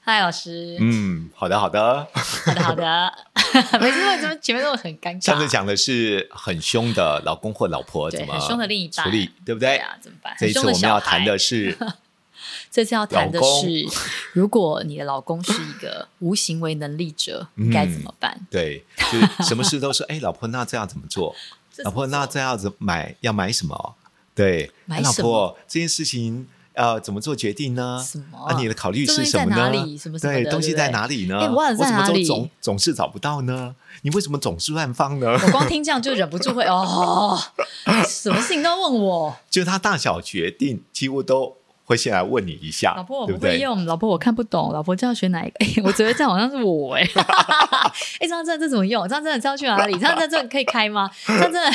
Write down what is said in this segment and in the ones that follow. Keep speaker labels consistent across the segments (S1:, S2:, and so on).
S1: 嗨，老师。
S2: 嗯，好的，好的。
S1: 好的，好的。每次都怎么前面都很尴尬。
S2: 上次讲的是很凶的老公或老婆
S1: 对
S2: 怎么
S1: 很凶的另一半
S2: 处理，对不
S1: 对
S2: 对？
S1: 啊，怎么办？
S2: 这一次
S1: 很
S2: 我
S1: 凶
S2: 们
S1: 小
S2: 要
S1: 孩
S2: 谈 的是
S1: 这次要谈的
S2: 老公
S1: 是，如果你的老公是一个无行为能力者，
S2: 嗯
S1: 该怎么办？
S2: 对，就是什么事都说，哎，老婆，那这样怎么做？老婆，那这样子买要买什么？对，
S1: 买
S2: 哎老
S1: 什
S2: 婆这件事情呃怎么做决定呢？
S1: 什么
S2: 啊，你的考虑
S1: 这
S2: 是
S1: 东西
S2: 什么
S1: 在哪
S2: 呢？
S1: 里什么什么
S2: 对，
S1: 的
S2: 东西
S1: 对不
S2: 在
S1: 对
S2: 哪里呢？
S1: 哎我忘了在
S2: 怎么
S1: 哪
S2: 都
S1: 里
S2: 总总是找不到呢？你为什么总是乱放呢？
S1: 我光听这样就忍不住会哦，什么事情都要问我。
S2: 就是他大小决定几乎都会先来问你一下，
S1: 老婆我
S2: 啊对
S1: 不
S2: 不
S1: 会
S2: 对？
S1: 用，老婆我看不懂，老婆这要选哪一个？ 哎，我觉得这样好像是我哎、 哎、这张证这怎么用？这张证知道去哪里？这张证可以开吗？这张证，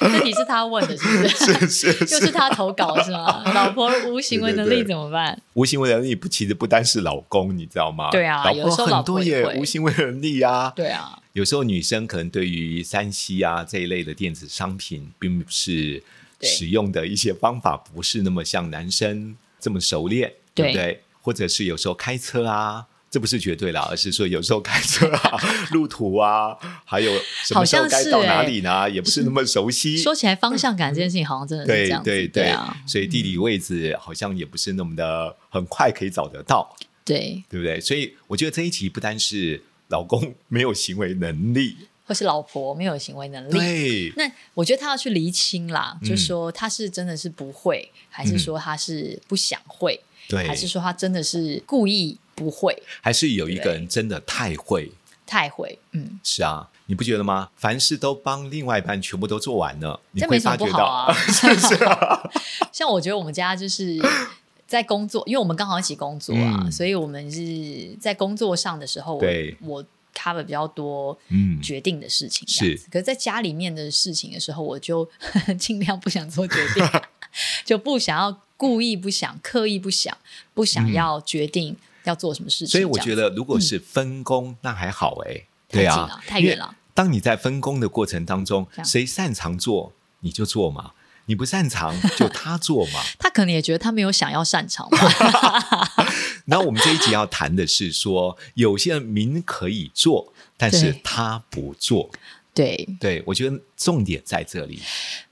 S1: 这题是他问的，是不是？
S2: 是是
S1: 又是他投稿是吗？老婆无行为能力怎么 办？
S2: 无行为能力不其实不单是老公，你知道吗？
S1: 对啊
S2: 老
S1: 有
S2: 婆
S1: 时候老
S2: 很
S1: 婆
S2: 多
S1: 也
S2: 也
S1: 会
S2: 无行为能力啊。
S1: 对啊，
S2: 有时候女生可能对于三 C 啊这一类的电子商品，并不是
S1: 对
S2: 使用的一些方法不是那么像男生这么熟练，
S1: 对
S2: 对不对？或者是有时候开车啊，这不是绝对啦，而是说有时候开车 啊、路途啊，还有什么时候
S1: 好像
S2: 该
S1: 是
S2: 到
S1: 欸
S2: 哪里呢，也不是那么熟悉。
S1: 说起来方向感这件事情好像真的是
S2: 对
S1: 这样子，
S2: 对
S1: 对啊，
S2: 所以地理位置好像也不是那么的很快可以找得到，
S1: 对，
S2: 对不对？所以我觉得这一集不单是老公 没有行为能力，
S1: 或是老婆没有行为能力，
S2: 对，
S1: 那我觉得他要去厘清啦，
S2: 嗯
S1: 就说他是真的是不会，还是说他是不想会，
S2: 对，
S1: 还是说他真的是故意不会，
S2: 还是有一个人真的太会，
S1: 太会，嗯，
S2: 是啊，你不觉得吗？凡事都帮另外一半全部都做完了，你
S1: 这没
S2: 会
S1: 什么
S2: 发
S1: 不
S2: 觉
S1: 好
S2: 到， 啊
S1: 啊。 像我觉得我们家就是在工作，因为我们刚好一起工作啊，
S2: 嗯
S1: 所以我们是在工作上的时候，我
S2: 对
S1: 我 cover 比较多，
S2: 嗯
S1: 决定的事情
S2: 是
S1: 这样子。可是在家里面的事情的时候，我就 尽量不想做决定， 就不想要故意不想、刻意不想、不想要决定要做什么事情。
S2: 嗯所以我觉
S1: 得
S2: 得如果是分工，那还好哎、
S1: 嗯太
S2: 对
S1: 近
S2: 啊
S1: 了，太远了
S2: 因为当你在分工的过程当中
S1: 这，样
S2: 谁擅长做你就做嘛，你不擅 长就他做嘛。
S1: 他可能也觉得他没有想要擅长吧。
S2: 然后我们这一集要谈的是说，有些人明可以做，但是
S1: 对
S2: 他不做。
S1: 对，
S2: 对我觉得重点在这里。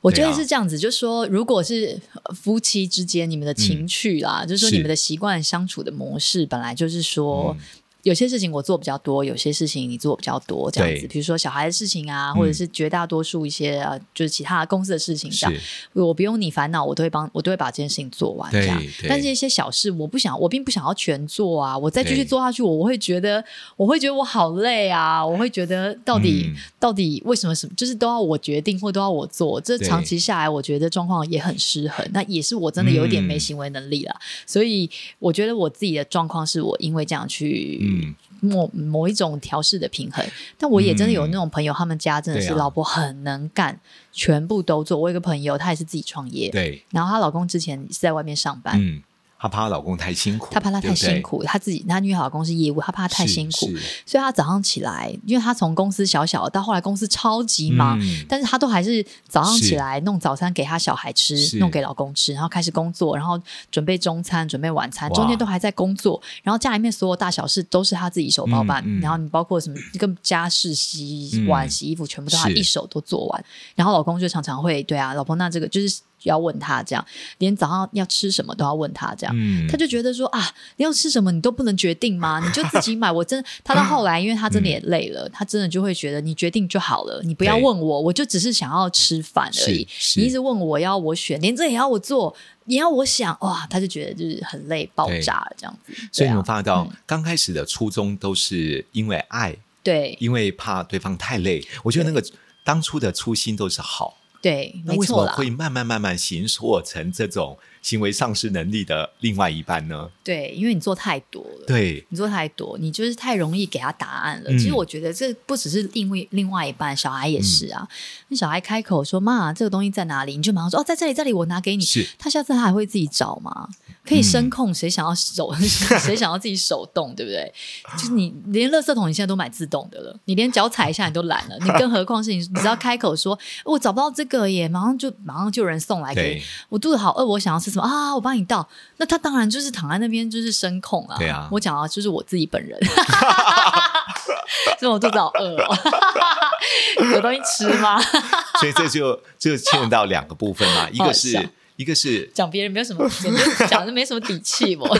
S1: 我觉
S2: 对
S1: 得
S2: 啊
S1: 是这样子，就说如果是呃夫妻之间，你们的情趣啦，就是说
S2: 嗯是嗯
S1: 你们的习惯相处的模式，本来就是说。有些事情我做比较多，有些事情你做比较多，这样子。
S2: 对嗯
S1: 比如说小孩的事情啊，或者是绝大多数一些、呃，就是其他公司的事情，这样
S2: 是，
S1: 我不用你烦恼，我都会帮，我都会把这件事情做完。
S2: 对
S1: 这样
S2: 对，
S1: 但是一些小事，我不想，我并不想要全做啊。我再继续
S2: 对
S1: 做下去，我会觉得，我会觉得我好累啊。我会觉得到底、
S2: 嗯
S1: 到底为什么什么，就是都要我决定或都要我做，这
S2: 对
S1: 长期下来，我觉得状况也很失衡。那也是我真的有一点没行为能力了。所以我觉得我自己的状况是我因为这样去
S2: 嗯
S1: 某、某一种调试的平衡，但我也真的有
S2: 嗯
S1: 那种朋友，他们家真的
S2: 对
S1: 是
S2: 啊
S1: 老婆很能干，全部都做。我有一个朋友，她也是自己创业，
S2: 对，
S1: 然后她老公之前是在外面上班，
S2: 嗯，她怕她老公太辛苦，
S1: 她怕他
S2: 对
S1: 太
S2: 不对
S1: 辛，苦，她自己她因为她老公是业务，她怕他太
S2: 是
S1: 辛苦，
S2: 是
S1: 所以她早上起来，因为她从公司小小的到后来公司超级忙，
S2: 嗯
S1: 但是她都还是早上起
S2: 是
S1: 来弄早餐给她小孩吃，
S2: 是
S1: 弄给老公吃，然后开始工作，然后准备中餐、准备晚餐，中间
S2: 哇
S1: 都还在工作，然后家里面所有大小事都是她自己手包办，
S2: 嗯嗯
S1: 然后你包括什么跟家事、洗
S2: 嗯
S1: 碗、洗衣服，全部都她
S2: 是
S1: 一手都做完。然后老公就常常会对啊，老婆那这个就是要问她这样，连早上要吃什么都要问啊她这样。
S2: 嗯
S1: 他就觉得说啊，你要吃什么你都不能决定 吗？你就自己买。我真他到后来，因为他真的也累
S2: 嗯
S1: 了，他真的就会觉得你决定就好了，你不要
S2: 对
S1: 问我，我就只是想要吃饭而已。
S2: 是
S1: 你一
S2: 是
S1: 直问我要我选，连这也要我做，也要我想，哇，他就觉得就是很累，爆炸这样子。
S2: 所
S1: 对
S2: 以你
S1: 啊
S2: 们发现到，刚开始的初衷都是因为爱，
S1: 对
S2: 因为怕对方太累。我觉得那个当初的初心都是好，
S1: 对，
S2: 那
S1: 没
S2: 为什
S1: 错
S2: 么
S1: 啦，
S2: 会慢慢慢慢形塑成这种行为丧失能力的另外一半呢？
S1: 对，因为你做太多了。
S2: 对，
S1: 你做太多，你就是太容易给他答案了。
S2: 嗯
S1: 其实我觉得这不只是另外另外一半，小孩也是啊。那、小孩开口说“妈，这个东西在哪里？”你就马上说“哦，在这里，这里，我拿给你
S2: 是”。嗯
S1: 他下次他还会自己找吗？可以声控，谁想要手， 谁想要自己手动，对不对？就是你连垃圾桶你现在都买自动的了，你连脚踩一下你都懒了，你更何况是你，你只要开口说“哦我找不到这个耶”，马上就马上就有人送来给你
S2: 对。，
S1: 我肚子好饿，我想要吃什么啊？我帮你倒。那他当然就是躺在那边就是声控啊。
S2: 对啊
S1: 我讲啊，就是我自己本人， 所以我肚子好饿哦， 有东西吃吗？
S2: 所以 这就就牵到两个部分嘛，一个
S1: 好笑
S2: 是一个是
S1: 讲别人没有什么，简直讲的没什么底气 我。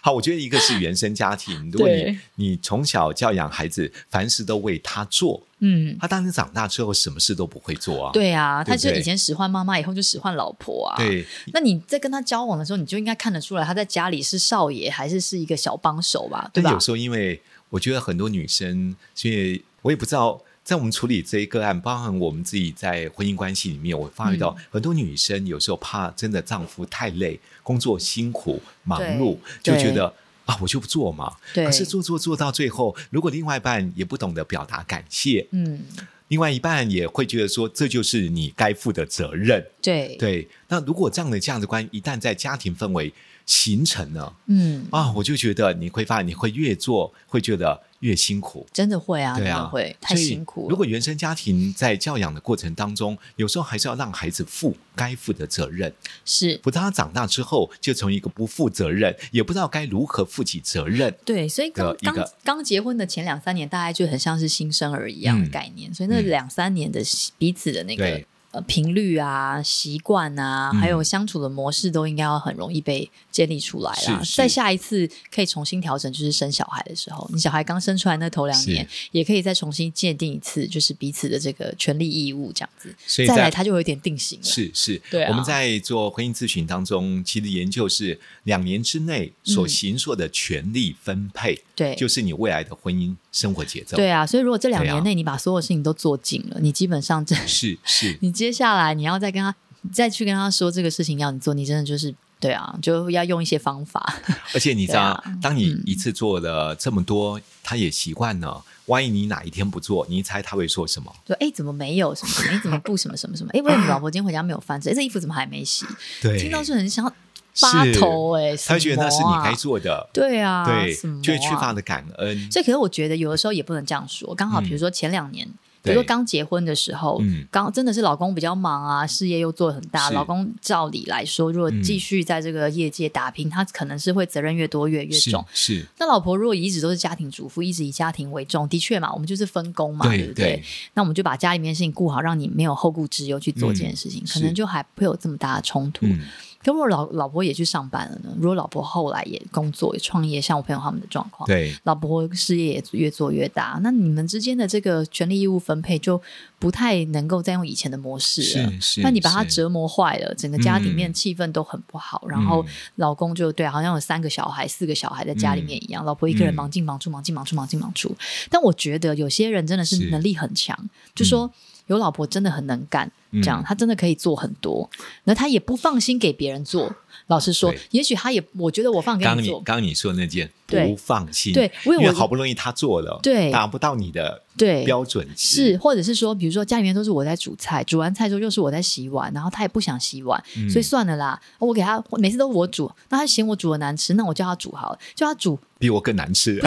S2: 好，我觉得一个是原生家庭，如果你
S1: 对
S2: 你从小教养孩子，凡事都为他做，
S1: 嗯，
S2: 他当然长大之后什么事都不会做啊。
S1: 对啊，
S2: 对
S1: 他
S2: 不
S1: 就
S2: 对
S1: 以前使唤妈妈，以后就使唤老婆啊。。
S2: 对
S1: 那你在跟他交往的时候，你就应该看得出来他在家里是少爷还是是一个小帮手吧？对
S2: 但
S1: 吧
S2: 有？时候因为我觉得很多女生，因为我也不知道，在我们处理这一个案，包含我们自己在婚姻关系里面，我发觉
S1: 嗯
S2: 到很多女生有时候怕真的丈夫太累，工作辛苦忙碌，就
S1: 对
S2: 觉得。啊，我就不做嘛。
S1: 对
S2: 可是做做做到最后，如果另外一半也不懂得表达感谢，
S1: 嗯，
S2: 另外一半也会觉得说这就是你该负的责任。
S1: 对，
S2: 对，那如果这样的价值观一旦在家庭氛围形成了，
S1: 嗯，
S2: 啊，我就觉得你会发现，你会越做会觉得越辛苦。
S1: 真的会啊，
S2: 对
S1: 真
S2: 啊
S1: 的，会，太
S2: 所以
S1: 辛苦了。
S2: 如果原生家庭在教养的过程当中，有时候还是要让孩子负该负的责任，
S1: 是
S2: 不然他长大之后就从一个不负责任，也不知道该如何负起责任。
S1: 对，所以刚
S2: 的一
S1: 刚
S2: 个
S1: 刚结婚的前两三年，大概就很像是新生儿一样的
S2: 嗯
S1: 概念，所以那
S2: 嗯
S1: 两三年的习彼此的那个
S2: 对。
S1: 呃，频率啊、习惯啊，
S2: 嗯
S1: 还有相处的模式，都应该要很容易被建立出来啦。
S2: 是是
S1: 在下一次可以重新调整，就是生小孩的时候，你小孩刚生出来那头两
S2: 是
S1: 年，也可以再重新界定一次，就是彼此的这个权利义务这样子。
S2: 所以
S1: 再
S2: 在
S1: 来，他就有一点定型了。
S2: 是是，
S1: 对啊
S2: 我们在做婚姻咨询当中，其实研究是两年之内所
S1: 嗯
S2: 行做的权利分配，
S1: 对，
S2: 就是你未来的婚姻生活节奏。
S1: 对啊。所以如果这两
S2: 对啊
S1: 年内你把所有事情都做尽了，你基本上这
S2: 是是，
S1: 你接下来你要再跟他再去跟他说这个事情要你做，你真的就是对啊，就要用一些方法。
S2: 而且你知道，
S1: 对啊嗯
S2: 当你一次做了这么多，他也习惯了。万一你哪一天不做，你一猜他会说什么？
S1: 说哎，诶怎么没有什么什么？哎，怎么不什么什么什 么？哎，为什么老婆今天回家没有饭吃？哎，这衣服怎么还没洗？
S2: 对
S1: 听到就很想要发头哎、
S2: 他会觉得那是
S1: 什么啊
S2: 你该做的，
S1: 对啊，
S2: 对
S1: 什么啊
S2: 就会缺乏的感恩。
S1: 所以，可是我觉得有的时候也不能这样说。刚好，
S2: 嗯
S1: 比如说前两年，比如说刚结婚的时候
S2: 嗯，
S1: 刚真的是老公比较忙啊，事业又做得很大。
S2: 是
S1: 老公照理来说，如果
S2: 嗯
S1: 继续在这个业界打拼，他可能是会责任越多越越
S2: 是
S1: 重。
S2: 是，
S1: 那老婆如果一直都是家庭主妇，一直以家庭为重，的确嘛，我们就是分工嘛，
S2: 对
S1: 不
S2: 对，
S1: 那我们就把家里面事情顾好，让你没有后顾之忧去做这件事情，
S2: 嗯
S1: 可能
S2: 是
S1: 就还不会有这么大的冲突。
S2: 嗯，
S1: 可如果老老婆也去上班了呢？如果老婆后来也工作、也创业，像我朋友他们的状况，
S2: 对，
S1: 老婆事业也越做越大，那你们之间的这个权利义务分配就不太能够再用以前的模式了。
S2: 是是。
S1: 那你把它
S2: 是
S1: 折磨坏了，整个家里面
S2: 嗯
S1: 气氛都很不好，然后
S2: 嗯
S1: 老公就对，啊好像有三个小孩、四个小孩在家里面一样，老婆一个人
S2: 嗯
S1: 忙进忙出、忙进忙出、忙进忙出。但我觉得有些人真的
S2: 是
S1: 是能力很强，就说有老婆真的很能干，
S2: 嗯
S1: 这样他真的可以做很多，那他也不放心给别人做。老实说
S2: 对，
S1: 也许他也，我觉得我放给
S2: 刚刚
S1: 你
S2: 你
S1: 做
S2: 刚，刚你说的那件
S1: 对
S2: 不放心，
S1: 对因为
S2: 因为
S1: 我
S2: 好不容易他做了，
S1: 对
S2: 达不到你的
S1: 对，
S2: 标准值
S1: 是，，或者是说，比如说家里面都是我在煮菜，煮完菜之后又是我在洗碗，然后他也不想洗碗，
S2: 嗯
S1: 所以算了啦，我给他每次都我煮，那他嫌我煮的难吃，那我叫他煮好了，叫他煮，
S2: 比我更难吃。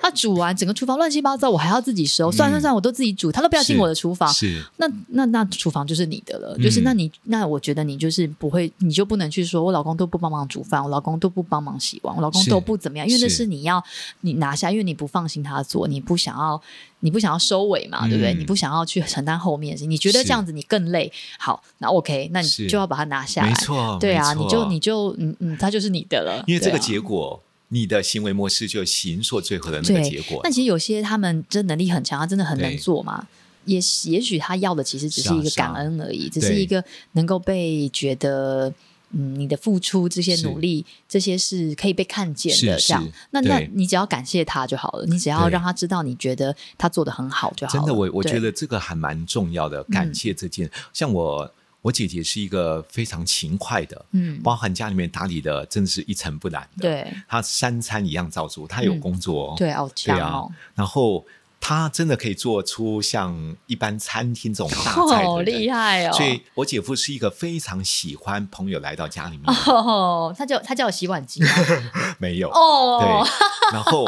S1: 他煮完整个厨房乱七八糟，我还要自己收，算了算了，我都自己煮，他都不要进
S2: 是
S1: 我的厨房。
S2: 是，
S1: 那那那厨房就是你的了，就是
S2: 嗯
S1: 那你那我觉得你就是不会，你就不能去说我老公都不帮忙煮饭，我老公都不帮忙洗碗，我老公
S2: 是
S1: 都不怎么样，因为那
S2: 是
S1: 是你要你拿下，因为你不放心他做，你不想要你不想要收尾嘛，对不对？
S2: 嗯
S1: 你不想要去承担后面的事情，你觉得
S2: 是
S1: 这样子你更累，好，那 OK，那你
S2: 是
S1: 就要把它拿下来，
S2: 没错，
S1: 对啊，
S2: 没错
S1: 你就你就嗯嗯，他就是你的了，
S2: 因为这
S1: 对
S2: 个
S1: 啊
S2: 结果，你的行为模式就形塑最后的那个
S1: 对
S2: 结果。
S1: 但其实有些他们真的能力很强，他真的很能
S2: 对
S1: 做嘛。也也许他要的其实只
S2: 是
S1: 是
S2: 啊
S1: 一个
S2: 是啊
S1: 感恩而已，只是
S2: 对
S1: 一个能够被觉得嗯，你的付出、这些
S2: 是
S1: 努力，这些是可以被看见的。
S2: 是
S1: 这样
S2: 是，
S1: 那那
S2: 对
S1: 你只要感谢他就好了，你只要
S2: 对
S1: 让他知道你觉得他做的很好就好了。
S2: 真的，我我
S1: 对
S2: 觉得这个还蛮重要的，感
S1: 嗯
S2: 谢这件。像我，我姐姐是一个非常勤快的，
S1: 嗯，
S2: 包含家里面打理的，真的是一尘不染的。，
S1: 对
S2: 她三餐一样照做，她有
S1: 嗯
S2: 工作、哦
S1: 对，好
S2: 对
S1: 强
S2: 啊
S1: 哦，，
S2: 然后她真的可以做出像一般餐厅这种大菜
S1: 好
S2: 的人
S1: 厉害哦！
S2: 所以我姐夫是一个非常喜欢朋友来到家里面，
S1: 哦，他叫他叫我洗碗 机吗
S2: 没 有、
S1: 哦，
S2: 对，然后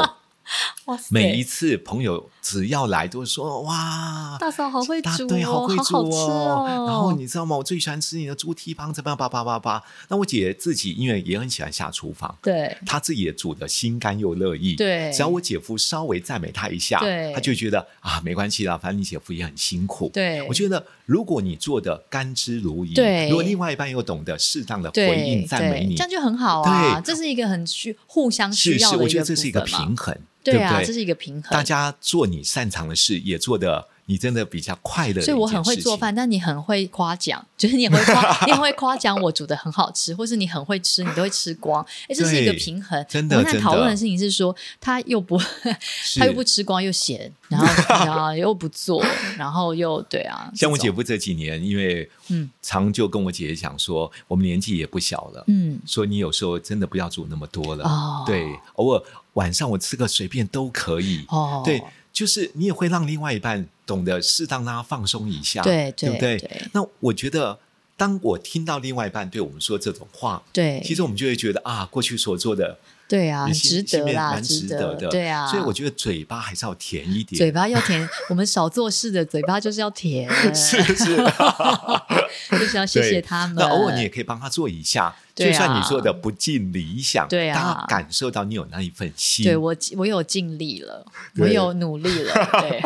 S1: 哇塞
S2: 每一次朋友只要来都说哇。
S1: 大嫂好会
S2: 大
S1: 煮
S2: 啊对，好
S1: 哦，
S2: 会
S1: 好
S2: 煮
S1: 好吃哦。
S2: 然后你知道吗？我最喜欢吃你的猪蹄膀，怎么样？叭叭叭叭。那我姐自己因为也很喜欢下厨房，
S1: 对
S2: 她自己也煮的心甘又乐意。
S1: 对
S2: 只要我姐夫稍微赞美她一下
S1: 对，
S2: 她就觉得啊，没关系啦，反正你姐夫也很辛苦。
S1: 对，
S2: 我觉得，如果你做的甘之如饴，
S1: 对
S2: 如果另外一半又懂得适当的
S1: 对
S2: 回应赞美
S1: 对
S2: 你
S1: 这，样就很好啊。
S2: 对
S1: 这是一个很需互相需
S2: 是
S1: 要
S2: 是，
S1: 的
S2: 我觉得这是一个
S1: 部分嘛
S2: 平衡，
S1: 对
S2: 不
S1: 啊，
S2: 对？
S1: 这是一个平衡。
S2: 大家做你擅长的事，也做的你真的比较快乐的
S1: 所
S2: 一件事情。
S1: 以我很会做饭，但你很会夸奖，就是你也会夸，你也会夸奖我煮的很好吃，或是你很会吃，你都会吃 光。哎，这是一个
S2: 对
S1: 平衡。
S2: 真的
S1: 我们在
S2: 真的
S1: 讨论的事情是说，他又不，
S2: 是，
S1: 他又不吃光，又闲，然后然后又不做，然后又对啊，
S2: 像我
S1: 这
S2: 姐
S1: 种，
S2: 夫这几年，因为
S1: 嗯
S2: 常就跟我姐姐讲说，我们年纪也不小了，
S1: 嗯，
S2: 说你有时候真的不要煮那么多了。
S1: 哦
S2: 对，偶尔晚上我吃个随便都可以。
S1: 哦，
S2: 对，就是你也会让另外一半懂得适当让他放松一下，
S1: 对
S2: 对不
S1: 对
S2: 对？
S1: 对
S2: 那我觉得，当我听到另外一半对我们说这种话，
S1: 对，
S2: 其实我们就会觉得啊，过去所做的
S1: 对啊，很
S2: 也心
S1: 值
S2: 心
S1: 得
S2: 里面
S1: 啦，
S2: 蛮值
S1: 得，
S2: 的。
S1: 对啊，
S2: 所以我觉得嘴巴还是要甜一点。
S1: 嘴巴要甜，我们少做事的嘴巴就是要甜，
S2: 是是，
S1: 就是要谢谢他们。
S2: 那偶尔你也可以帮他做一下，
S1: 对啊
S2: 就算你做的不尽理想，
S1: 对啊
S2: 让他感受到你有那一份心。
S1: 对我我有尽力了，
S2: 对
S1: 我有努力 了，对。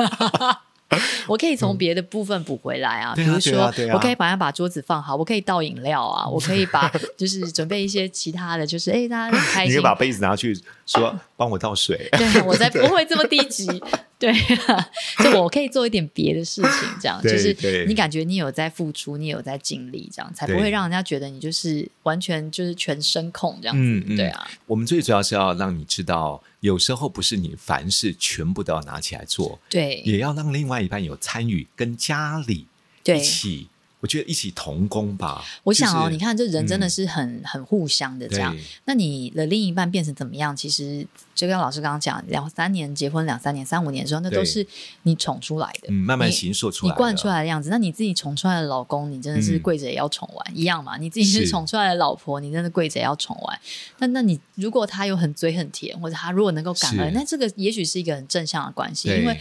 S1: 我可以从别的部分补回来啊，
S2: 嗯对
S1: 比
S2: 啊
S1: 如说
S2: 对啊对，啊
S1: 我可以把把桌子放好，我可以倒饮料啊，我可以把就是准备一些其他的，就是哎，大家很开
S2: 你可
S1: 心
S2: 以，把杯子拿去说，帮我倒 水。
S1: 对，我才不会这么低 级。对，啊就我可以做一点别的事情，这样就
S2: 对
S1: 是
S2: 对
S1: 你感觉你有在付出，你有在尽力，这样才不
S2: 对
S1: 会让人家觉得你就是完全就是全声控这样子。
S2: 嗯嗯
S1: 对啊，
S2: 我们最主要是要让你知道，有时候不是你凡事全部都要拿起来做，
S1: 对
S2: 也要让另外一半有参与，跟家里一
S1: 对。
S2: 起，我觉得一起同工吧。
S1: 我想哦，
S2: 就是
S1: 你看这人真的
S2: 嗯
S1: 是很、很互相的这样
S2: 对。
S1: 那你的另一半变成怎么样？其实就跟老师刚刚讲，两三年结婚，两三年、三五年的时候，那都
S2: 对
S1: 是你宠出来的，
S2: 嗯，慢慢
S1: 你
S2: 形塑出
S1: 你
S2: 来，
S1: 惯出。来的样子，那你自己宠出来的老公，你真的是
S2: 嗯
S1: 跪着也要宠完，一样嘛？你自己是
S2: 是
S1: 宠出来的老婆，你真的跪着也要宠完。那那你如果他有很嘴很甜，或者他如果能够感恩，
S2: 是
S1: 那这个也许是一个很正向的关系，
S2: 对
S1: 因为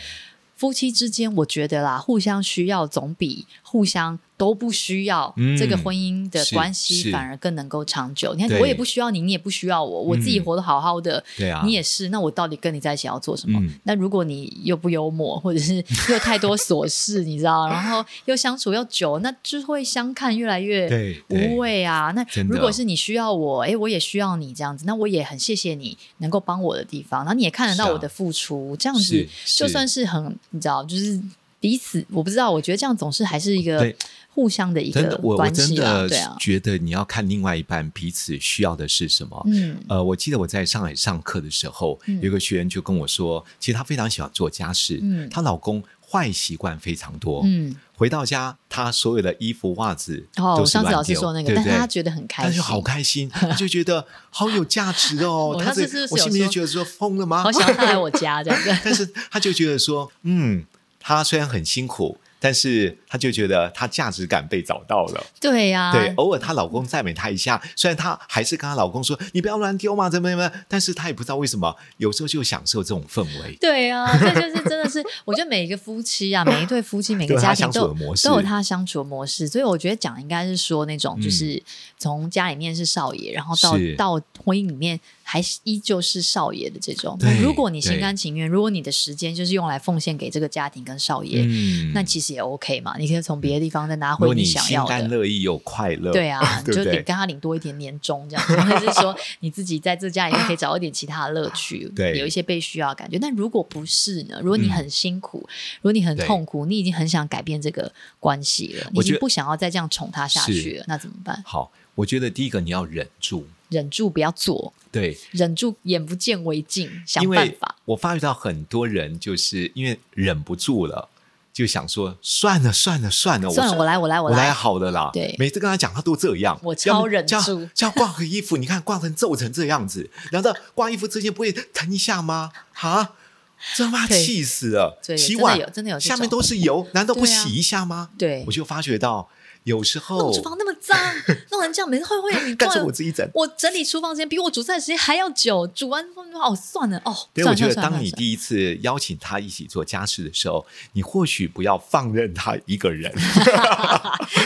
S1: 夫妻之间，我觉得啦，互相需要总比互相都不需要，
S2: 嗯
S1: 这个婚姻的
S2: 是
S1: 关系
S2: 是
S1: 反而更能够长久。你看，
S2: 对
S1: 我也不需要你，你也不需要我，我自己
S2: 嗯
S1: 活得好好的，
S2: 对啊
S1: 你也是。那我到底跟你在一起要做什么？
S2: 嗯
S1: 那如果你又不幽默，或者是又太多琐事，你知道，然后又相处又久，那就会相看越来越。
S2: 对，对
S1: 无味啊！那
S2: 真的
S1: 如果是你需要我，哎，我也需要你这样子，那我也很谢谢你能够帮我的地方，然后你也看得到
S2: 是啊
S1: 我的付出，这样子
S2: 是
S1: 就算是很，你知道，就是彼此，我不知道，我觉得这样总是还是一个
S2: 哦对
S1: 互相的一
S2: 真
S1: 个
S2: 的，我我
S1: 关
S2: 真
S1: 系啊，
S2: 的
S1: 对啊，
S2: 觉得你要看另外一半彼此需要的是什么。
S1: 嗯，
S2: 呃，我记得我在上海上课的时候，
S1: 嗯
S2: 有一个学员就跟我说，其实她非常喜欢做家事，
S1: 嗯
S2: 她老公坏习惯非常多，
S1: 嗯，
S2: 回到家她所有的衣服袜子
S1: 哦，
S2: 都是
S1: 上次
S2: 乱
S1: 老师
S2: 丢，
S1: 说那个，
S2: 对不
S1: 但
S2: 对？
S1: 是他觉得很开
S2: 但
S1: 心，
S2: 是好 开心，她就觉得好有价值哦。
S1: 我
S2: 她
S1: 上
S2: 这
S1: 次是不是
S2: 我
S1: 有
S2: 心里
S1: 说
S2: 面觉得说疯了吗？
S1: 好想要他来我家这样子，
S2: 但是他就觉得说，嗯，他虽然很辛苦，但是他就觉得他价值感被找到了。
S1: 对呀，
S2: 对，偶尔她老公赞美她一下，虽然她还是跟她老公说你不要乱丢嘛，怎么怎么样，但是她也不知道为什么，有时候就享受这种氛围。
S1: 对啊，这就是真的是，我觉得每一个夫妻啊，每一对夫妻，每个
S2: 对
S1: 家
S2: 他
S1: 庭
S2: 相
S1: 都
S2: 处
S1: 有
S2: 的模式
S1: 都有他相处的模式，所以我觉得讲应该是说那种
S2: 嗯
S1: 就是从家里面是少爷，然后到
S2: 是
S1: 到婚姻里面还是依旧是少爷的这种。
S2: 对
S1: 那如果你
S2: 对
S1: 心甘情愿，如果你的时间就是用来奉献给这个家庭跟少爷，
S2: 嗯
S1: 那其实也 OK 嘛，你可以从别的地方再拿
S2: 如
S1: 回
S2: 果你
S1: 想
S2: 心
S1: 要
S2: 甘
S1: 的。
S2: 乐意又快乐，
S1: 对啊，你
S2: 对
S1: 就
S2: 不
S1: 领
S2: 对？
S1: 跟他领多一点年终这样，或者是说你自己在这家里面可以找一点其他的乐趣，
S2: 对
S1: 有一些被需要的感觉。但如果不是呢？如果你
S2: 嗯
S1: 很辛苦，如果你很
S2: 对
S1: 痛苦，你已经很想改变这个关系了，你
S2: 我
S1: 已
S2: 觉
S1: 经
S2: 得
S1: 不想要再这样宠他下
S2: 是
S1: 去了，那怎么办？
S2: 好，我觉得第一个你要忍住，
S1: 忍住不要做，
S2: 对，
S1: 忍住眼不见为净，想
S2: 因
S1: 办
S2: 为
S1: 法。
S2: 我发觉到很多人就是因为忍不住了，就想说算了算了算了，
S1: 算了，我来，我来，
S2: 我
S1: 哦来。
S2: 来好了啦。
S1: 对
S2: 每次跟他讲，他都这样。
S1: 我
S2: 要
S1: 超忍
S2: 这样
S1: 住
S2: 这样挂个衣服，你看挂成皱成这样子，难道挂衣服之间不会疼一下吗？啊，真妈
S1: 对
S2: 气死了！
S1: 对
S2: 洗
S1: 真的
S2: 碗
S1: 有真的有这
S2: 下面
S1: 种
S2: 都是油，难道不
S1: 对啊
S2: 洗一下吗？
S1: 对
S2: 我就发觉到有时
S1: 弄
S2: 候，
S1: 厨房那么脏，弄成这样，每次会会你
S2: 但
S1: 撞
S2: 是我自己整。
S1: 我整理厨房时间比我煮菜的时间还要久，煮完哦算了哦，
S2: 对，
S1: 算了
S2: 我觉得
S1: 算了
S2: 当你
S1: 算了
S2: 第一次邀请他一起做家事的时候，你或许不要放任他一个人，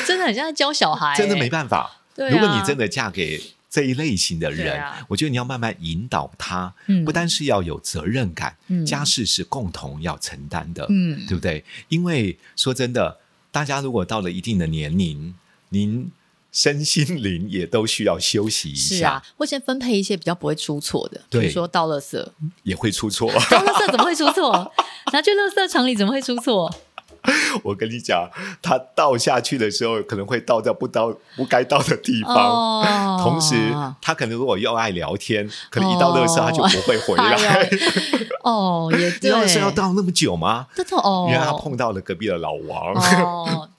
S1: 真的很像在教小孩、欸
S2: 真的没
S1: 办
S2: 办法。
S1: 对啊
S2: 如果你真的嫁给这一类型的
S1: 对
S2: 人，
S1: 啊
S2: 我觉得你要慢慢引导他，
S1: 嗯
S2: 不单是要有责任感，
S1: 嗯
S2: 家事是共同要承担的，
S1: 嗯
S2: 对不对？因为说真的，大家如果到了一定的年龄，您身心灵也都需要休息一
S1: 是
S2: 下，
S1: 啊，会先分配一些比较不会出错的，比
S2: 对
S1: 如说倒垃圾，
S2: 也会出错。
S1: 倒垃圾怎么会出错？拿去垃圾场里怎么会出错？
S2: 我跟你讲，他倒下去的时候，可能会倒在不倒不该倒的地方。
S1: 哦
S2: 同时，他可能如果又爱聊天，可能一到乐色
S1: 哦
S2: 他就不会回 来。
S1: 哎呦哦 也
S2: 你
S1: 对，
S2: 要是要倒那么久吗？
S1: 这种哦，
S2: 原来他碰到了隔壁的老王，
S1: 哦，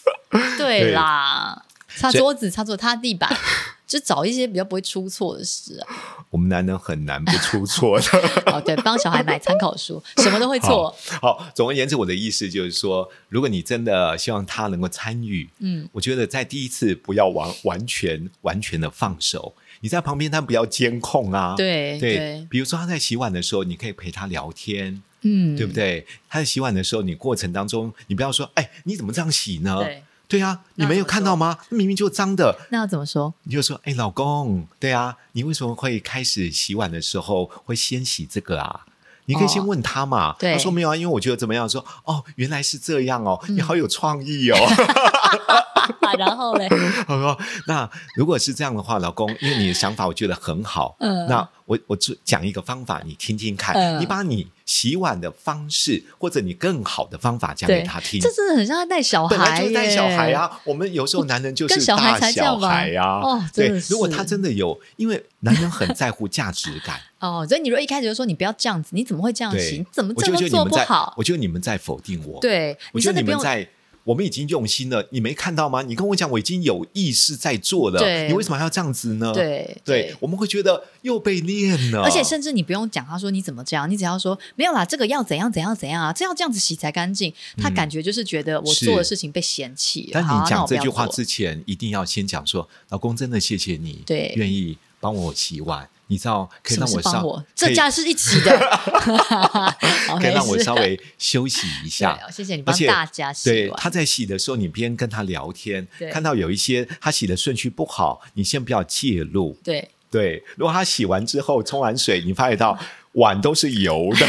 S1: 对
S2: 对
S1: 啦，擦
S2: 所以
S1: 桌子、擦桌、擦地板， 就找一些比较不会出错的事啊。
S2: 我们男人很难不出错的。
S1: 哦，对，帮小孩买参考书， 什么都会错。
S2: 好，总而言之，我的意思就是说，如果你真的希望他能够参与，
S1: 嗯，
S2: 我觉得在第一次不要完完全完全的放手，你在旁边但不要监控啊。
S1: 对对，
S2: 比如说他在洗碗的时候，你可以陪他聊天，
S1: 嗯，
S2: 对不？对？他在洗碗的时候，你过程当中，你不要说，哎，你怎么这样洗呢？
S1: 对，
S2: 对啊，
S1: 那
S2: 你没有
S1: 怎么
S2: 看
S1: 说
S2: 到吗？明明就脏的，
S1: 那要怎么说？
S2: 你就说：“哎、老公，对啊，你为什么会开始洗碗的时候会先洗这个啊？”你可以先问他嘛，
S1: 哦对
S2: 他说没有啊，因为我觉得怎么样，说哦，原来是这样哦，
S1: 嗯
S2: 你好有创意 哦。
S1: 啊，然后嘞，
S2: 他说，那如果是这样的话，老公，因为你的想法我觉得很好，
S1: 嗯
S2: 那我我就讲一个方法，你听听看，
S1: 嗯
S2: 你把你洗碗的方式或者你更好的方法讲给
S1: 对
S2: 他听
S1: 这。真的很像在带小孩，
S2: 嗯本来就是带小孩，啊，我们有时候男人就是
S1: 哦跟小孩
S2: 大
S1: 才这样吧
S2: 孩啊。
S1: 哦真
S2: 对
S1: 的，是
S2: 如果他真的有，因为男人很在乎价值 感，
S1: 哦，所以你如果一开始就说你不要这样子，你怎么会这样
S2: 对，
S1: 行？怎么
S2: 我
S1: 这
S2: 就
S1: 都
S2: 觉得你
S1: 做
S2: 们
S1: 不
S2: 在
S1: 好？
S2: 我觉得你们在否定我，，
S1: 对，
S2: 我觉
S1: 真
S2: 得
S1: 的不
S2: 你们
S1: 用
S2: 在。我们已经用心了，你没看到吗？你跟我讲，我已经有意识在做了，
S1: 对
S2: 你为什么还要这样子呢？
S1: 对
S2: 对，我们会觉得又被练了，
S1: 而且甚至你不用讲，他说你怎么这样，你只要说没有啦，这个要怎样怎样怎样啊，这要这样子洗才干净。他感觉就是觉得我
S2: 是
S1: 做的事情被嫌弃了。
S2: 但
S1: 好啊
S2: 你
S1: 那
S2: 讲
S1: 我不
S2: 这
S1: 要
S2: 句话
S1: 做
S2: 之前，一定要先讲说：“老公，真的谢谢你，
S1: 对
S2: 愿意帮我洗碗，你知道可以
S1: 什么
S2: 让
S1: 是
S2: 我
S1: 帮
S2: 上，
S1: 我？
S2: 可
S1: 这
S2: 以
S1: 家是一起 的，好
S2: 可以让我
S1: 没事
S2: 稍微休息一下。
S1: 对哦谢谢你
S2: 而
S1: 帮
S2: 且
S1: 大家洗
S2: 对
S1: 碗。
S2: 他在洗的时候，你边跟他聊天
S1: 对，
S2: 看到有一些他洗的顺序不好，你先不要介入。
S1: 对，
S2: 对，如果他洗完之后冲完水，你发 觉到碗都是油的，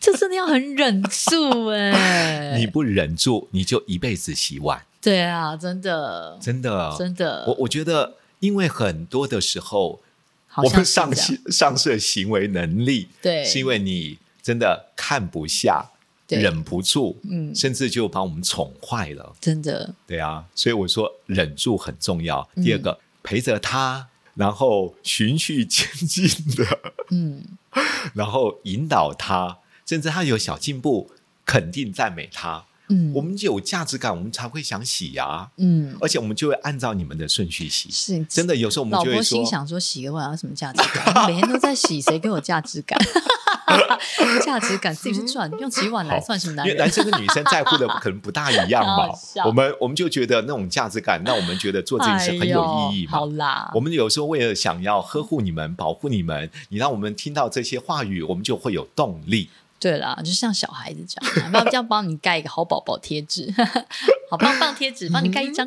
S1: 这真的要很忍住哎、
S2: 你不忍住，你就一辈子洗碗，
S1: 对啊，真的，
S2: 真的，啊
S1: 真的
S2: 我我觉得，因为很多的时候，
S1: 好
S2: 我
S1: 像
S2: 们
S1: 是这
S2: 上
S1: 样
S2: 行上市的行为能力，
S1: 对
S2: 是因为你真的看不下，
S1: 对
S2: 忍不住，
S1: 嗯
S2: 甚至就把我们宠坏了，
S1: 真的
S2: 对啊，所以我说忍住很重要。
S1: 嗯
S2: 第二个，陪着他，然后循序渐进的，
S1: 嗯，
S2: 然后引导他，甚至他有小进步，肯定赞美他。
S1: 嗯
S2: 我们有价值感，我们才会想洗呀、啊，
S1: 嗯，
S2: 而且我们就会按照你们的顺序洗。
S1: 是
S2: 真的，有时候我们
S1: 老
S2: 就
S1: 婆
S2: 会说
S1: 心，想说洗个碗有什么价值感？每天都在洗，谁给我价值感？ 价值感自己去赚，用洗碗来算什么男
S2: 因为男
S1: 人？
S2: 生跟女生在乎的可能不大一样
S1: 好
S2: 嘛
S1: 好笑。
S2: 我们我们就觉得那种价值感，那我们觉得做这件事很有意义
S1: 哎呦好
S2: 嘛。
S1: 啦，
S2: 我们有时候为了想要呵护你们、保护你们，你让我们听到这些话语，我们就会有动力。
S1: 对啦，就像小孩子这样，要不要帮你盖一个好宝宝贴纸， 好棒棒贴纸，帮你盖一 张，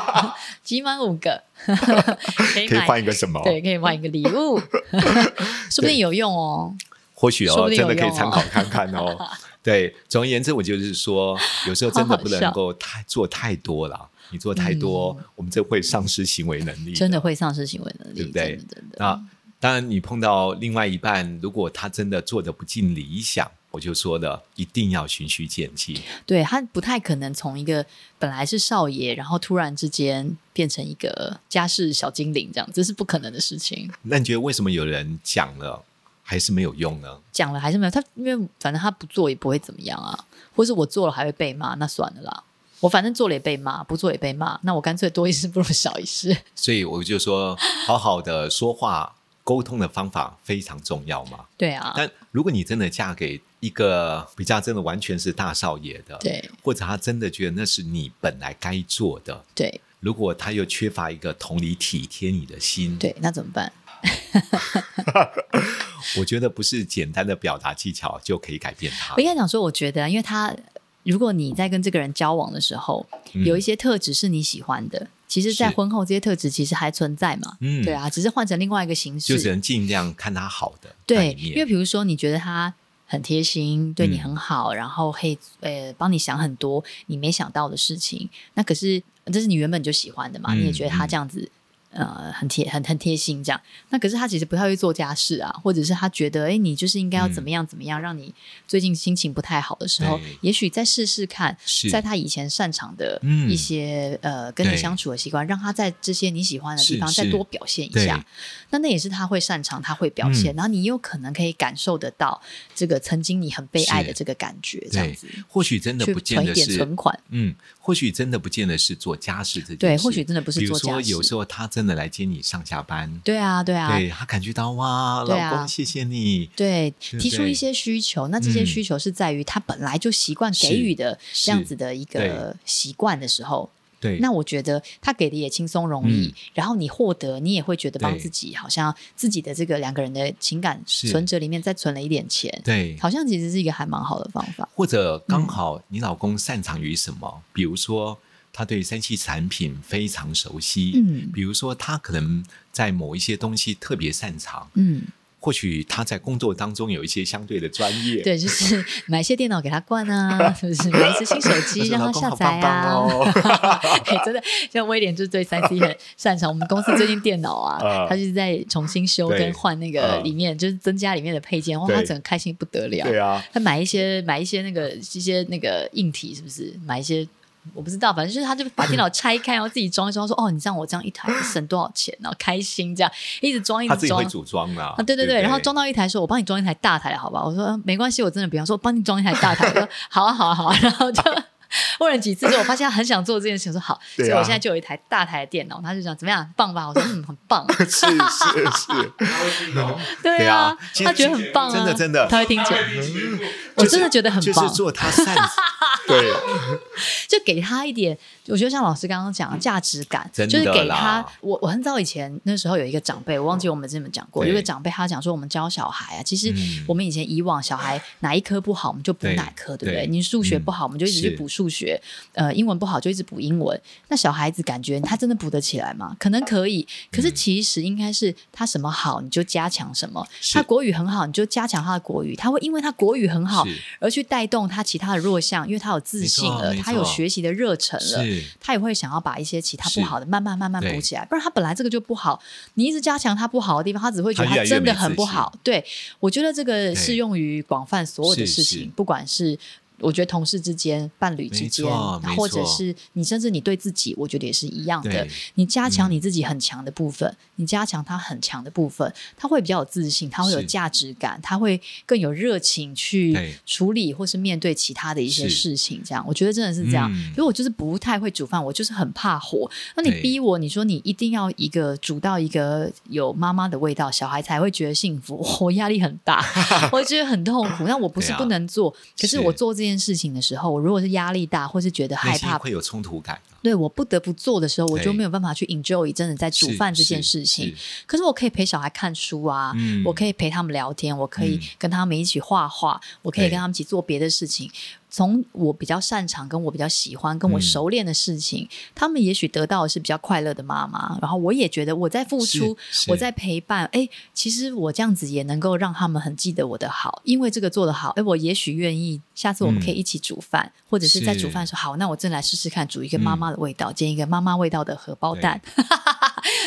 S1: 集满五个，可以
S2: 可以
S1: 买，
S2: 换一个什么？
S1: 对，可以换一个礼物，说不定有用哦。
S2: 或许
S1: 说
S2: 哦，
S1: 不定
S2: 真
S1: 有
S2: 的可以
S1: 用哦
S2: 参考看看 哦。对，总而言之，我就是说，有时候真的不能够太做太多了，你做太多，我们这会丧失行为能力，
S1: 真的。会丧失行为能力，
S2: 对不对
S1: 真的真的。
S2: 那当然，你碰到另外一半，如果他真的做的不尽理想，我就说了，一定要循序渐进。
S1: 对他不太可能从一个本来是少爷，然后突然之间变成一个家事小精灵这样，这是不可能的事情。
S2: 那你觉得为什么有人讲了还是没有用呢？
S1: 讲了还是没有，他因为反正他不做也不会怎么样啊，或是我做了还会被骂，那算了啦。我反正做了也被骂，不做也被骂，那我干脆多一事不如少一事。
S2: 所以我 就说，好好的说话、沟通的方法非常重要嘛。
S1: 对啊，
S2: 但如果你真的嫁给一个比较真的完全是大少爷的，，
S1: 对
S2: 或者他真的觉得那是你本来该做的，
S1: 对
S2: 如果他又缺乏一个同理体贴你的心，，
S1: 对，那怎么办？
S2: 我觉得不是简单的表达技巧就可以改变他
S1: 我。应该讲说，我觉得啊，因为他如果你在跟这个人交往的时候，
S2: 嗯
S1: 有一些特质是你喜欢的，其实，在
S2: 是
S1: 婚后这些特质其实还存在嘛。
S2: 嗯
S1: 对啊，只是换成另外一个形
S2: 就只
S1: 式。
S2: 能尽量看他好的那
S1: 对，
S2: 一面
S1: 因为比如说，你觉得他很贴心，对你
S2: 嗯
S1: 很好，然后嘿，呃，帮你想很多你没想到的事情。那可是呃这是你原本就喜欢的嘛，
S2: 嗯
S1: 你也觉得他
S2: 嗯
S1: 这样子。呃，很贴很很贴心这样，那可是他其实不太会做家事啊，或者是他觉得，哎，你就是应该要
S2: 嗯
S1: 怎么样怎么样，让你最近心情不太好的时候
S2: 对，
S1: 也许再试试看，
S2: 是
S1: 在他以前擅长的
S2: 嗯
S1: 一些、呃跟你
S2: 对
S1: 相处的习惯，让他在这些你喜欢的地
S2: 是
S1: 方再
S2: 是
S1: 多表现一
S2: 对
S1: 下。那那也是他会擅长，他会表现，
S2: 嗯
S1: 然后你有可能可以感受得到这个曾经你很被爱的
S2: 是
S1: 这个感觉，这样子
S2: 或许真的
S1: 去
S2: 不见
S1: 存一
S2: 得
S1: 点
S2: 是
S1: 存款，
S2: 嗯，或许真的不见得是做家事这件事，
S1: 对，或许真的不是
S2: 比如
S1: 做家
S2: 说
S1: 事，
S2: 有时候他真的来接你上下班，
S1: 对啊，对啊。
S2: 对他感觉到哇，
S1: 对啊
S2: 老公谢谢你，
S1: 对，
S2: 对
S1: 提出一些需求，那这些
S2: 嗯
S1: 需求是在于他本来就习惯
S2: 是
S1: 给予的
S2: 是
S1: 这样子的一个
S2: 对
S1: 习惯的时候，
S2: 对，
S1: 那我觉得他给的也轻松容易，
S2: 嗯
S1: 然后你获得，你也会觉得帮
S2: 对
S1: 自己好像自己的这个两个人的情感
S2: 是
S1: 存折里面再存了一点钱，
S2: 对，
S1: 好嗯像其实是一个还蛮好的方 法。
S2: 或者刚好你老公擅长于什么，比如说他对三 C 产品非常熟悉，
S1: 嗯
S2: 比如说他可能在某一些东西特别擅长，
S1: 嗯，
S2: 或许他在工作当中有一些相对的专业，
S1: 对，就是 买一些电脑给他灌啊，是不是？买一些新手
S2: 他
S1: 机
S2: 说，
S1: 让
S2: 老
S1: 他
S2: 公
S1: 下
S2: 好
S1: 载
S2: 棒棒
S1: 啊。
S2: 哦，
S1: 哎，真的，像威廉就是对三 C 很擅长。我们公司最近电脑啊，
S3: 啊
S1: 他就是在重新修跟
S2: 嗯对
S1: 换那个
S2: 啊
S1: 里面，就是增加里面的配件，哇，他
S2: 对
S1: 整个开心不得了。
S3: 对啊，
S1: 他买一些买一些那个一些那个硬体，是不是？买一些我不知道，反正就是他就把电脑拆开，然后自己装一装，说哦，你这样我这样一台省多少钱，然后开心这样，一直装一
S2: 他
S1: 直
S2: 自己会
S1: 装。
S2: 组装啦，
S1: 啊，对对
S2: 对不
S1: 对，然后装到一台说，我帮你装一台大台的，好吧？我说、嗯没关系，我真的不要。说我帮你装一台大台，我 说好啊，好啊，好 啊。然后就问了几次之后，我发现他很想做这件事，我说 好，所
S3: 对
S1: 以
S3: 啊
S1: 我现在就有一台大台的电脑。他就讲怎么样，棒吧？我说嗯，很棒。
S2: 是是是，
S1: 对
S2: 对
S1: 啊
S2: 啊，其实
S1: 他觉得很棒啊，
S2: 真的真的嗯
S1: 他会听见。我真的觉得很
S2: 就
S1: 棒
S2: 是，做他擅 对
S1: 就给他一点，我觉得像老师刚刚讲的价值感，
S2: 真的
S1: 就
S2: 啦哦
S1: 是给他。我我很早以前那时候有一个长辈，我忘记我们之前有没有讲过，
S2: 对
S1: 有一个长辈他讲说，我们教小孩啊，其实
S2: 嗯
S1: 我们以前以往小孩哪一科不好，我们就补
S2: 对
S1: 哪科，对不对？
S2: 对嗯
S1: 你数学不好，我们就一直去
S2: 是
S1: 补数学；呃，英文不好就一直补英文。那小孩子感觉他真的补得起来吗？可能可以，可是
S2: 嗯
S1: 其实应该是他什么好你就加强什么，
S2: 是
S1: 他国语很好你就加强他的国语，他会因为他国语很好
S2: 是
S1: 而去带动他其他的弱项，因为他有自信了，
S2: 没错
S1: 他有学习的热忱了。
S2: 是
S1: 他也会想要把一些其他不
S2: 是
S1: 好的慢慢慢慢补
S2: 对
S1: 起来，不然他本来这个就不好，你一直加强他不好的地方，他只会觉得
S2: 他
S1: 他
S2: 越来越
S1: 真的
S2: 没
S1: 很
S2: 自
S1: 不
S2: 信
S1: 好。对我觉得这个适用于广泛所有的
S2: 是
S1: 事情
S2: 是，
S1: 不管是我觉得同事之间、伴侣之间
S2: 没错，没
S1: 或者
S2: 错
S1: 是你甚至你对自己，我觉得也是一样的
S2: 对。嗯
S1: 你加强你自己很强的部分，你加强他很强的部分，他会比较有自信，他会有
S2: 是
S1: 价值感，他会更有热情去
S2: 对
S1: 处理或是面对其他的一些
S2: 是
S1: 事情。这样，我觉得真的是这样。
S2: 嗯
S1: 因为我就是不太会煮饭，我就是很怕火。那你
S2: 对
S1: 逼我，你说你一定要一个煮到一个有妈妈的味道，小孩才会觉得幸福，我压力很 大，我觉得很痛苦。但我不是
S2: 对啊
S1: 不能做，可是
S2: 是
S1: 我做这件事情的时候，我如果是压力大，或是觉得
S2: 内
S1: 害
S2: 心
S1: 怕
S2: 会有冲突感，
S1: 对我不得不做的时候，我就
S2: 对
S1: 没有办法去 enjoy 真的在煮
S2: 是
S1: 饭这件
S2: 是
S1: 事情。
S2: 是
S1: 可是我可以陪小孩看书啊，
S2: 嗯
S1: 我可以陪他们聊天，我可以
S2: 嗯
S1: 跟他们一起画画，我可以
S2: 对
S1: 跟他们一起做别的事情。从我比较擅长、跟我比较喜欢、跟我
S2: 嗯
S1: 熟练的事情，他们也许得到的是比较快乐的妈妈，然后我也觉得我在付出，
S2: 是
S1: 我在陪伴，哎，其实我这样子也能够让他们很记得我的好，因为这个做的好，哎，我也许愿意下次我们
S2: 嗯
S1: 可以一起煮饭，或者是在
S2: 是嗯
S1: 煮饭的时候，好，那我真的来试试看煮一个妈妈的味道，煎一个妈妈味道的荷包蛋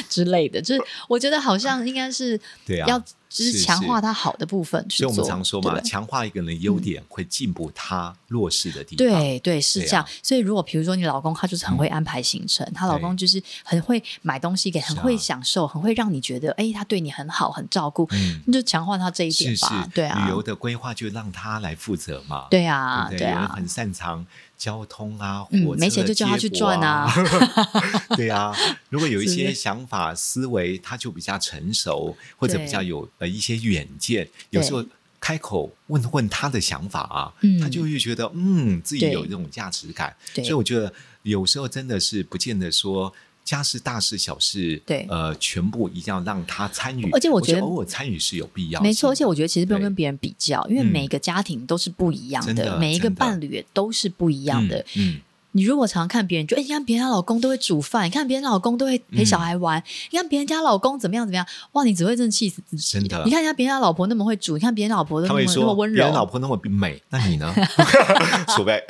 S1: 之类的，就是我觉得好像应该是
S2: 对啊
S1: 要就是
S2: 是
S1: 强化
S2: 是
S1: 它好的部分去
S2: 所以
S1: 做。
S2: 我们常说嘛，
S1: 对嗯
S2: 强化一个人的优点会进步他弱势的地方。
S1: 对对，是
S2: 对啊嗯
S1: 这样。所以如果比如说你老公他就是很会安排行程，她老公就是很会买东西给，很
S2: 是啊
S1: 会享受，很会让你觉得哎，他对你很好，很照顾，
S2: 嗯，
S1: 那就强化他这一
S2: 是
S1: 点
S2: 是
S1: 吧。，对啊，
S2: 旅游的规划就让他来负责嘛。
S1: 对啊，
S2: 对不
S1: 对
S2: 有人
S1: 啊，
S2: 很擅长交通啊，火
S1: 嗯
S2: 车的
S1: 没钱就叫他去
S2: 接驳啊。 对啊，如果有 一
S1: 是不
S2: 些
S1: 是
S2: 想法思维，他就比较成熟，或者
S1: 对
S2: 比较有呃一些远见，有时候开口问问他的想法啊，
S1: 嗯
S2: 他就会觉得嗯自己
S1: 对
S2: 有这种价值感。
S1: 对
S2: 所以我觉得有时候真的是不见得说。家事大事小事，
S1: 对
S2: 呃，全部一定要让他参与。
S1: 而且我觉得
S2: 偶尔参与是有必要性的，
S1: 没错，而且我觉得其实不用
S2: 对
S1: 跟别人比较，因为
S2: 嗯
S1: 每个家庭都是不一样
S2: 真
S1: 的，
S2: 的
S1: 每一个
S2: 真的
S1: 伴侣也都是不一
S2: 一
S1: 样的。，
S2: 嗯，
S1: 你如果常看别人，就哎，你看别人家老公都会煮饭，你看别人家老公都会陪
S2: 嗯
S1: 小孩玩，你看别人家老公怎么样怎么样，哇，你只会真的气死自己。
S2: 真的
S1: 你看人家别人家老婆那么会煮，你看别人家老婆都
S2: 他
S1: 那么
S2: 会
S1: 那么
S2: 说
S1: 温
S2: 别人
S1: 柔，
S2: 老婆那么美，那你呢？ 储备，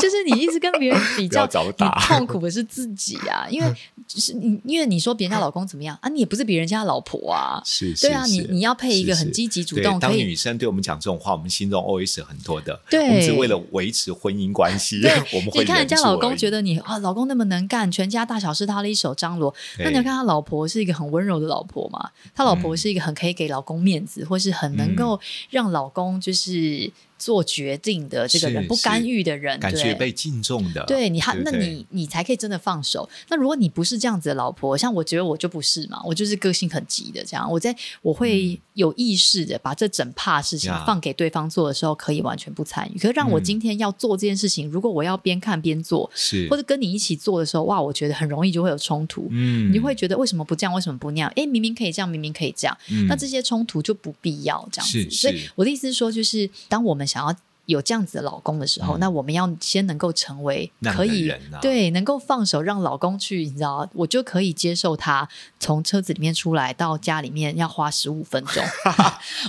S1: 就是你一直跟别人比较，
S2: 不要找
S1: 你
S2: 打
S1: 痛苦的是自己啊，因为就是你，因为你说别人家老公怎么样啊，你也不是别人家老婆啊，
S2: 是， 是
S1: 对啊，你
S2: 是
S1: 你要配一个
S2: 是
S1: 很
S2: 是
S1: 积极主
S2: 对
S1: 动，
S2: 当
S1: 可
S2: 女
S1: 以。
S2: 生对我们讲这种话，我们心中 always 很多的，
S1: 对
S2: 我们只为了维持婚姻关系，
S1: 对
S2: 我们，会
S1: 你看人家
S2: 忍住
S1: 老公
S2: 而已
S1: 觉得你啊，老公那么能干，全家大小事他的一手张罗。那你要
S2: 对
S1: 看他老婆是一个很温柔的老婆嘛？他老婆
S2: 嗯
S1: 是一个很可以给老公面子，或是很能够让老公就是做决定的这个人，
S2: 是
S1: 不干
S2: 是
S1: 预的人，
S2: 感觉
S1: 对
S2: 被敬重的，
S1: 对你还
S2: 对不
S1: 那
S2: 对
S1: 你你才可以真的放手。那如果你不是这样子的老婆，像我觉得我就不是嘛，我就是个性很急的这样。我在我会有意识的把这整怕事情
S2: 嗯呀
S1: 放给对方做的时候，可以完全不参与。可是让我
S2: 嗯
S1: 今天要做这件事情，如果我要边看边做，
S2: 是
S1: 或者跟你一起做的时候，哇，我觉得很容易就会有冲突。
S2: 嗯
S1: 你就会觉得为什么不这样？为什么不那样？诶，明明可以这样，明明可以这样，
S2: 嗯
S1: 那这些冲突就不必要这样
S2: 是
S1: 子。所以
S2: 是
S1: 我的意思是说，就是当我们想要有这样子的老公的时候，
S2: 嗯
S1: 那我们要先能够成为
S2: 那样的
S1: 可以、
S2: 人啊
S1: 对能够放手让老公去，你知道，我就可以接受他从车子里面出来到家里面要花十五分 钟，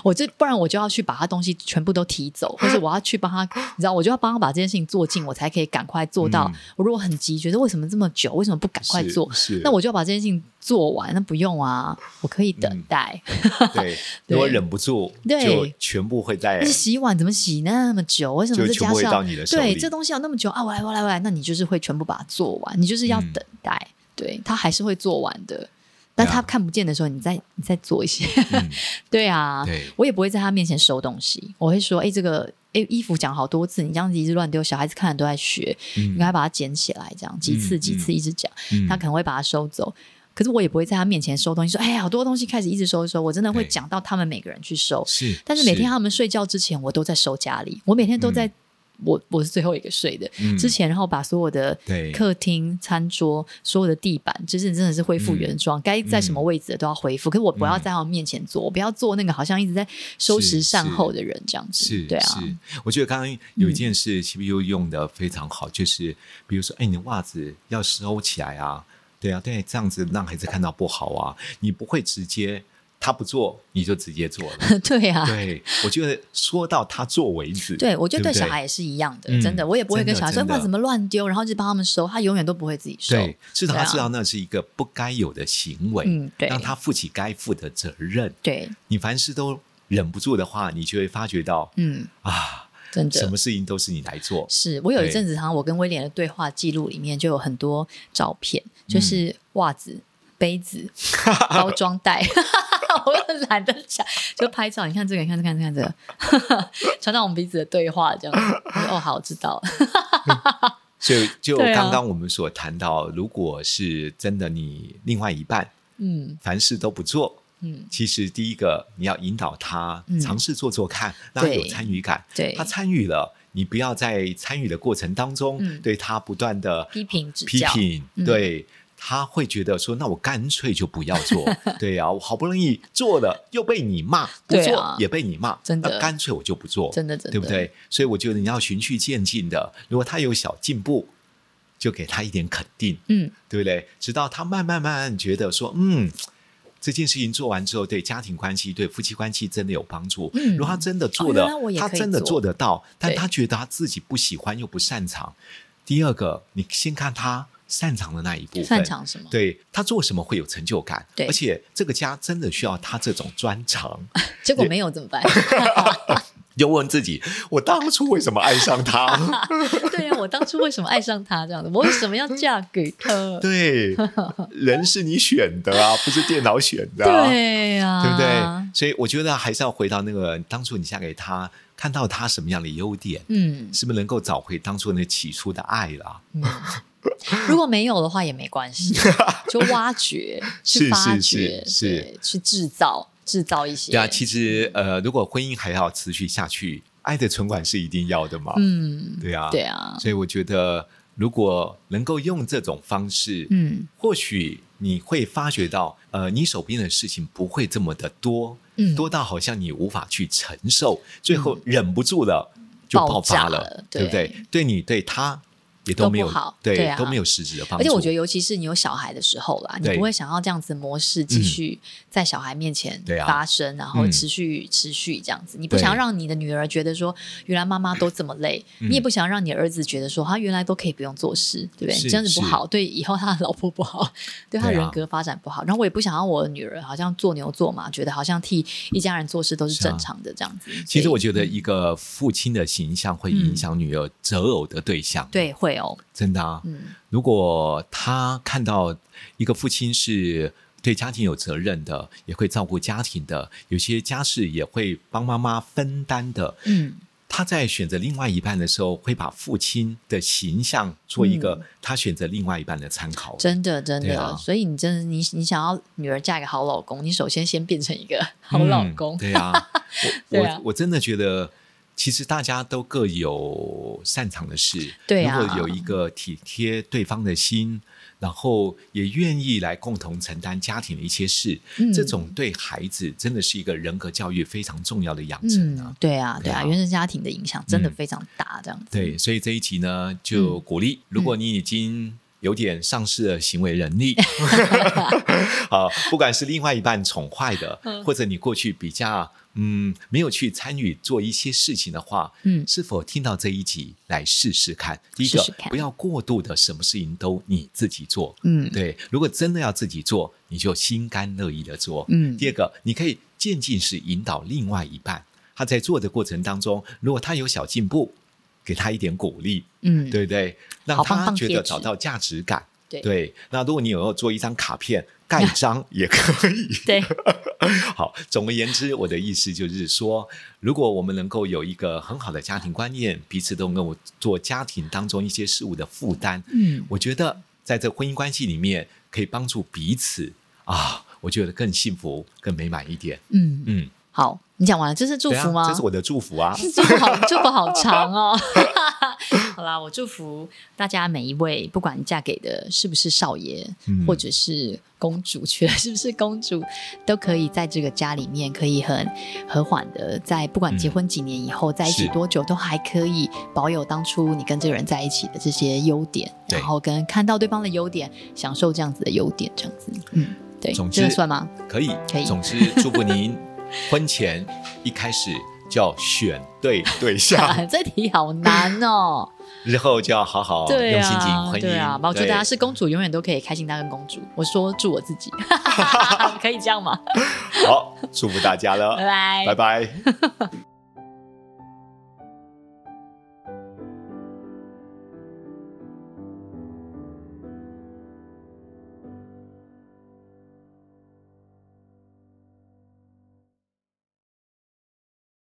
S1: 我这不然我就要去把他东西全部都提走，或者我要去帮他，你知道，我就要帮他把这件事情做尽，我才可以赶快做到。
S2: 嗯
S1: 我如果很急，觉得为什么这么久，为什么不赶快
S2: 是
S1: 做？
S2: 是
S1: 那我就要把这件事情做完，那不用啊，我可以
S2: 嗯
S1: 等待。
S2: 对，如果忍不住，
S1: 对
S2: 就全部会在
S1: 那、洗碗怎么洗那么久？为什么
S2: 就
S1: 这
S2: 全
S1: 家
S2: 部
S1: 事
S2: 会到
S1: 要
S2: 你的手
S1: 对
S2: 里，
S1: 这东西要那么久啊？我来，我来，我来，那你就是会全部把它做完，你就是要
S2: 嗯
S1: 等待，对他还是会做完的。但
S2: 对啊
S1: 他看不见的时候，你再你再做一些，
S2: 嗯
S1: 对啊，
S2: 对
S1: 我也不会在他面前收东西，我会说，哎、这个哎、衣服讲好多次，你这样子一直乱丢，小孩子看了都在学，
S2: 嗯
S1: 你该把它捡起来，这样几次
S2: 嗯
S1: 几次
S2: 嗯
S1: 一直讲。
S2: 嗯
S1: 他可能会把它收走。可是我也不会在他面前收东西，说哎呀，好多东西开始一直收一收，我真的会
S2: 对
S1: 讲到他们每个人去收。
S2: 是，
S1: 但是每天他们睡觉之前，我都在收家里，我每天都在，我我是最后一个睡的。
S2: 嗯
S1: 之前，然后把所有的
S2: 对
S1: 客厅、餐桌、所有的地板，就是真的是恢复原
S2: 嗯
S1: 状，该在什么位置的都要恢复。可是我不要在他们面前做，我不要做那个好像一直在收拾
S2: 是
S1: 善
S2: 是
S1: 后的人这样子。
S2: 是，
S1: 对啊，
S2: 是。我觉得刚刚有一件事 CPU 用的非常好，就是比如说，哎，你的袜子要收起来啊，对啊，对，这样子让孩子看到不好啊，你不会直接他不做，你就直接做 了。
S1: 对啊。
S2: 对，我觉得说到他做为止。
S1: 对，我觉得对
S2: 不
S1: 小孩也是一样的，
S2: 嗯
S1: 真的，我也不会
S2: 真的
S1: 跟小孩说
S2: 真的
S1: 哇怎么乱丢，然后就帮他们收，他永远都不会自己收。
S2: 对，至少他
S1: 对啊
S2: 知道那是一个不该有的行为，
S1: 嗯对
S2: 让他负起该负的责任。
S1: 对，
S2: 你凡事都忍不住的话，你就会发觉到、
S1: 嗯，
S2: 啊，
S1: 真
S2: 什
S1: 的
S2: 么。事情都是你来做。
S1: 是我有一
S2: 对
S1: 阵子，好像我跟威廉的对话记录里面就有很多照片，
S2: 嗯
S1: 就是袜子、杯子、包装袋， 我又懒得讲，就拍照。你看这个，你看这个，你看这个，传到我们彼此的对话这样子。我说哦，好，知道了。
S2: 所以，就
S1: 对啊
S2: 刚刚我们所谈到，如果是真的你另外一半
S1: 嗯
S2: 凡事都不做，
S1: 嗯，
S2: 其实第一个你要引导他
S1: 嗯
S2: 尝试做做看，让他
S1: 对
S2: 有参与感。
S1: 对
S2: 他，参与了，你不要在参与的过程当中
S1: 嗯
S2: 对他不断的
S1: 批评指
S2: 批
S1: 教，
S2: 评
S1: 嗯，
S2: 对。她会觉得说，那我干脆就不要 做。对呀、我好不容易做了，又被你骂，不
S1: 对
S2: 做、
S1: 啊
S2: 也被你骂，
S1: 真的
S2: 那干脆我就不做，
S1: 真的真的，
S2: 对不？对？所以我觉得你要循序渐进的，如果他有小进步，就给他一点肯定，
S1: 嗯，
S2: 对不对？直到他慢慢慢慢觉得说，嗯，这件事情做完之后，对家庭关系、对夫妻关系真的有帮助。
S1: 嗯
S2: 如果他真的做
S1: 哦
S2: 的，
S1: 原来我也
S2: 他
S1: 可以
S2: 真的
S1: 做
S2: 做得到，但
S1: 对
S2: 他觉得他自己不喜欢又不擅长。第二个，你先看他擅长的那一部分，
S1: 擅长什么？
S2: 对他做什么会有成就感，
S1: 对
S2: 而且这个家真的需要他这种专长。
S1: 结果没有怎么办？
S2: 你就问自己，我当初为什么爱上他？
S1: 对啊呀、我当初为什么爱上他这样的？我为什么要嫁给 他？
S2: 对，人是你选的啊，不是电脑选的、啊，
S1: 对啊呀、
S2: 对不对？所以我觉得还是要回到那个当初你嫁给他，看到他什么样的优点，
S1: 嗯
S2: 是不是能够找回当初那起初的爱啦？
S1: 嗯， 如果没有的话也没关 系，就挖掘、去
S2: 是
S1: 发
S2: 是
S1: 掘、
S2: 是是
S1: 对去制造、制造一些。
S2: 对啊，其实呃，如果婚姻还要持续下去，爱的存款是一定要的嘛。
S1: 嗯，
S2: 对啊，
S1: 对啊，
S2: 所以我觉得如果能够用这种方式，
S1: 嗯
S2: 或许你会发觉到，呃，你手边的事情不会这么的多，
S1: 嗯，
S2: 多到好像你无法去承受，最后忍不住了、就爆
S1: 爆炸
S2: 发
S1: 了
S2: 对不
S1: 对
S2: 对？对你对他也
S1: 都
S2: 都
S1: 不
S2: 没有
S1: 好
S2: 对
S1: 对啊
S2: 都没有实质的帮助。
S1: 而且我觉得，尤其是你有小孩的时候啦，你
S2: 对嗯
S1: 不会想要这样子模式继续在小孩面前
S2: 对啊
S1: 发生，然后
S2: 嗯
S1: 持续、持续这样子。你不
S2: 对
S1: 想让你的女儿觉得说，原来妈妈都这么累，
S2: 嗯
S1: 你也不想让你儿子觉得说，他原来都可以不用做事，对不对？
S2: 是
S1: 这样子不好，对以后他的老婆不好，对他
S2: 对啊
S1: 人格发展不好。然后我也不想让我的女儿好像做牛做马，觉得好像替一家人做事都是
S2: 是啊
S1: 正常的这样子。
S2: 其
S1: 所
S2: 实
S1: 以
S2: 我觉得一个父亲的形象会影响女儿择偶的对象。，
S1: 嗯对会哦，
S2: 真的啊，
S1: 嗯
S2: 如果他看到一个父亲是对家庭有责任的，也会照顾家庭的，有些家事也会帮妈妈分担的，
S1: 嗯，
S2: 他在选择另外一半的时候，会把父亲的形象做一个他选择另外一半的参考。
S1: 嗯真的，真
S2: 对
S1: 的，
S2: 啊
S1: 所以你真的，你你想要女儿嫁一个好老公，你首先先变成一个好老公，
S2: 嗯 对啊，我
S1: 对
S2: 我、
S1: 啊
S2: 我真的觉得，其实大家都各有擅长的事。
S1: 对啊
S2: 如果有一个体贴对方的心，然后也愿意来共同承担家庭的一些事，
S1: 嗯
S2: 这种对孩子真的是一个人格教育非常重要的养成啊。
S1: 嗯，对啊，对
S2: 对
S1: 啊，
S2: 啊
S1: 原生家庭的影响真的
S2: 嗯
S1: 非常大，这样子，
S2: 对，所以这一集呢，
S1: 嗯
S2: 就鼓励，如果你已经有点丧失了行为 能力， 啊，不管是另外一半宠坏的，
S1: 嗯
S2: 或者你过去比较嗯没有去参与做一些事情的话，
S1: 嗯
S2: 是否听到这一集来试试看？第一
S1: 试
S2: 个，
S1: 试看
S2: 不要过度的什么事情都你自己做，
S1: 嗯，
S2: 对，如果真的要自己做，你就心甘乐意的做。
S1: 嗯
S2: 第二个，你可以渐进式引导另外一半，他在做的过程当中，如果他有小进步，给他一点鼓励，
S1: 嗯，
S2: 对不对？让
S1: 好棒
S2: 他
S1: 棒
S2: 觉
S1: 贴
S2: 得
S1: 纸
S2: 找到价值感。
S1: 对
S2: 那如果你有要做一张卡片，盖 章也可以。
S1: 对，
S2: 好，总而言之，我的意思就是说，如果我们能够有一个很好的家庭观念，彼此都能够做家庭当中一些事物的负担，
S1: 嗯，
S2: 我觉得在这婚姻关系里面，可以帮助彼此啊，我觉得更幸福、更美满一点。
S1: 嗯，
S2: 嗯，
S1: 好，你讲完了，这是祝
S2: 对啊
S1: 福吗？
S2: 这是我的祝福 啊！
S1: 祝福好，祝福好长哦。 好啦，我祝福大家每一位，不管你嫁给的是不是少爷，
S2: 嗯
S1: 或者是公主，娶的是不是公主，都可以在这个家里面可以很和缓的，在不管结婚几年以后，在一起
S2: 是
S1: 多久，都还可以保有当初你跟这个人在一起的这些优点，
S2: 对
S1: 然后跟看到对方的优点，享受这样子的优点，这样子，嗯，对，
S2: 总
S1: 这个
S2: 之
S1: 算 吗？
S2: 可以，
S1: 可以
S2: 总之，祝福您婚前一开始就要选对对 象，
S1: 这题好难哦。
S2: 日后就要好好
S1: 对
S2: 哦用
S1: 啊，
S2: 心经营婚姻。
S1: 对啊，我祝大家
S2: 对
S1: 是公主，永远都可以开心当个公主。我说祝我自 己， 可以这样吗？
S2: 好，祝福大家 了，
S1: 拜拜
S2: 拜。拜。